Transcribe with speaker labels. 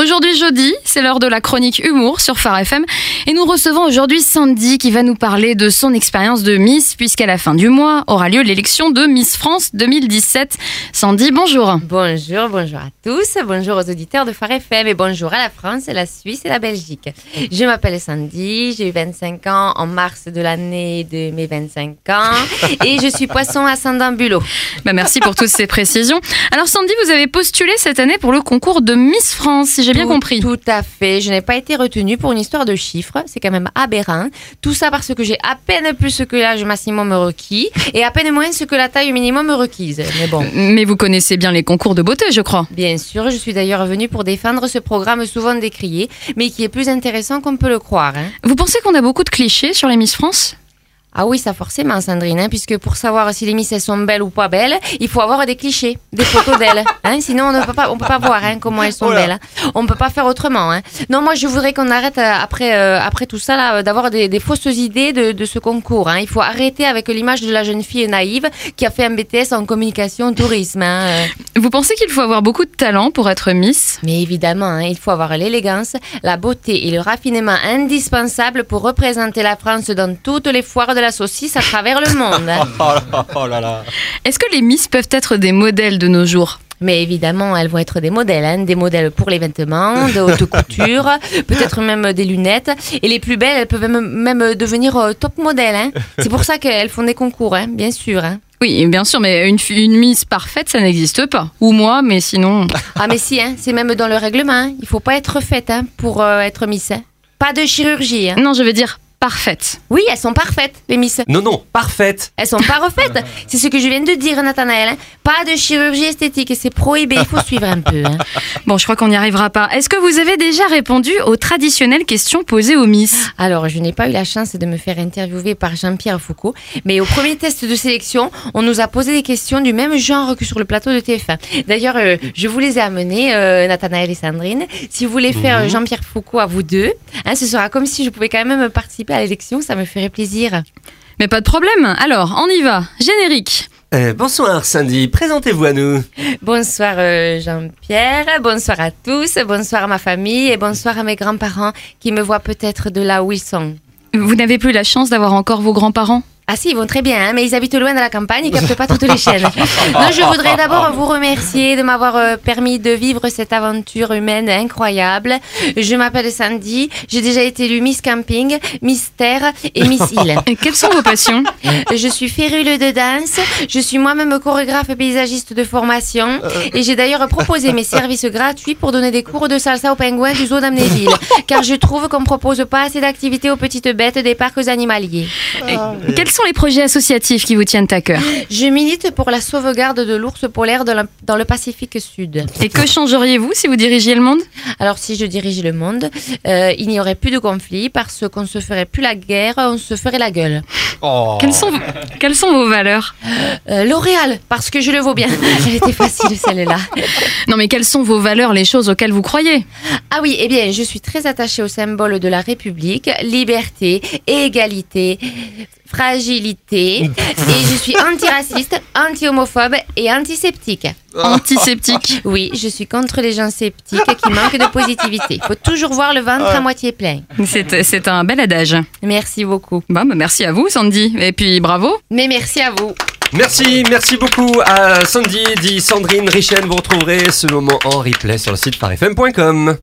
Speaker 1: Aujourd'hui jeudi, c'est l'heure de la chronique humour sur Phare FM et nous recevons aujourd'hui Sandy qui va nous parler de son expérience de Miss puisqu'à la fin du mois aura lieu l'élection de Miss France 2017. Sandy, bonjour.
Speaker 2: Bonjour, bonjour à tous, bonjour aux auditeurs de Phare FM et bonjour à la France, la Suisse et la Belgique. Je m'appelle Sandy, j'ai eu 25 ans en mars de l'année de mes 25 ans et je suis poisson à Sandambulo.
Speaker 1: Bah, merci pour toutes ces précisions. Alors Sandy, vous avez postulé cette année pour le concours de Miss France, si j'ai bien
Speaker 2: Tout-
Speaker 1: compris.
Speaker 2: Tout à fait. Je n'ai pas été retenue pour une histoire de chiffres. C'est quand même aberrant. Tout ça parce que j'ai à peine plus que l'âge maximum requis et à peine moins ce que la taille minimum requise. Mais bon.
Speaker 1: Mais vous connaissez bien les concours de beauté, je crois.
Speaker 2: Bien sûr, je suis d'ailleurs venue pour défendre ce programme souvent décrié, mais qui est plus intéressant qu'on peut le croire. hein.
Speaker 1: Vous pensez qu'on a beaucoup de clichés sur les Miss France
Speaker 2: Ah oui, ça forcément, Sandrine, hein, puisque pour savoir si les misses elles sont belles ou pas belles, il faut avoir des clichés, des photos d'elles. hein, sinon, on ne peut pas, on peut pas voir hein, comment elles sont
Speaker 3: Oh là.
Speaker 2: belles. hein. On ne peut pas faire autrement. hein. Non, moi, je voudrais qu'on arrête euh, après, euh, après tout ça, là, euh, d'avoir des, des fausses idées de, de ce concours. hein. Il faut arrêter avec l'image de la jeune fille naïve qui a fait un BTS en communication tourisme. hein, euh.
Speaker 1: Vous pensez qu'il faut avoir beaucoup de talent pour être Miss
Speaker 2: Mais évidemment, hein, il faut avoir l'élégance, la beauté et le raffinement indispensables pour représenter la France dans toutes les foires de la saucisse à travers le monde. hein.
Speaker 3: Oh là, oh là là.
Speaker 1: Est-ce que les Miss peuvent être des modèles de nos jours
Speaker 2: Mais évidemment, elles vont être des modèles, hein, des modèles pour les vêtements, de haute couture, peut-être même des lunettes. Et les plus belles, elles peuvent même, même devenir euh, top modèles. hein. C'est pour ça qu'elles font des concours, hein, bien sûr. hein.
Speaker 1: Oui, bien sûr, mais une, fi- une Miss parfaite, ça n'existe pas. Ou moi, mais sinon...
Speaker 2: Ah mais si, hein, c'est même dans le règlement. hein. Il faut pas être faite hein, pour euh, être Miss. hein. Pas de chirurgie. hein.
Speaker 1: Non, je veux dire parfaite.
Speaker 2: Oui, elles sont parfaites, les Miss.
Speaker 3: Non, non, parfaite.
Speaker 2: Elles sont pas refaites. C'est ce que je viens de dire, Nathanaël. hein. Pas de chirurgie esthétique, c'est prohibé. Il faut suivre un peu. hein.
Speaker 1: Bon, je crois qu'on n'y arrivera pas. Est-ce que vous avez déjà répondu aux traditionnelles questions posées aux Miss
Speaker 2: Alors, je n'ai pas eu la chance de me faire interviewer par Jean-Pierre Foucault, mais au premier test de sélection, on nous a posé des questions du même genre que sur le plateau de TF1. D'ailleurs, euh, je vous les ai amenées, euh, Nathanaël et Sandrine. Si vous voulez faire euh, Jean-Pierre Foucault à vous deux, hein, ce sera comme si je pouvais quand même participer à l'élection. Ça me ferait plaisir.
Speaker 1: Mais pas de problème. Alors, on y va. Générique.
Speaker 3: Euh, bonsoir Sandy, présentez-vous à nous.
Speaker 2: Bonsoir euh, Jean-Pierre, bonsoir à tous, bonsoir à ma famille et bonsoir à mes grands-parents qui me voient peut-être de là où ils sont.
Speaker 1: Vous n'avez plus la chance d'avoir encore vos grands-parents
Speaker 2: Ah si, ils vont très bien, hein, mais ils habitent loin de la campagne, ils captent pas toutes les chaînes. Non, je voudrais d'abord vous remercier de m'avoir euh, permis de vivre cette aventure humaine incroyable. Je m'appelle Sandy, j'ai déjà été élue Miss Camping, Miss Terre et Miss Île.
Speaker 1: Et Quelles sont vos passions
Speaker 2: Je suis férule de danse, je suis moi-même chorégraphe et paysagiste de formation et j'ai d'ailleurs proposé mes services gratuits pour donner des cours de salsa aux pingouins du zoo d'Amnéville car je trouve qu'on propose pas assez d'activités aux petites bêtes des parcs animaliers.
Speaker 1: Et Quels sont les projets associatifs qui vous tiennent à cœur
Speaker 2: Je milite pour la sauvegarde de l'ours polaire de la- dans le Pacifique Sud.
Speaker 1: Et que changeriez-vous si vous dirigiez le monde
Speaker 2: Alors si je dirige le monde, euh, il n'y aurait plus de conflits parce qu'on se ferait plus la guerre, on se ferait la gueule.
Speaker 3: Oh.
Speaker 1: quelles, sont, quelles sont vos valeurs
Speaker 2: Euh, L'Oréal, parce que je le vaux bien. Elle était facile celle-là.
Speaker 1: Non, mais quelles sont vos valeurs, les choses auxquelles vous croyez
Speaker 2: Ah oui, eh bien, je suis très attachée au symbole de la République, liberté, égalité, fragilité, et je suis antiraciste, anti-homophobe et antiseptique.
Speaker 1: Antiseptique.
Speaker 2: Oui, je suis contre les gens sceptiques qui manquent de positivité. Il faut toujours voir le ventre à moitié plein.
Speaker 1: C'est c'est un bel adage.
Speaker 2: Merci beaucoup.
Speaker 1: Bon, bah, merci à vous, Sandy. Et puis, bravo.
Speaker 2: Mais merci à vous.
Speaker 3: Merci, merci beaucoup à Sandy, dit Sandrine Richen. Vous retrouverez ce moment en replay sur le site farfm.com.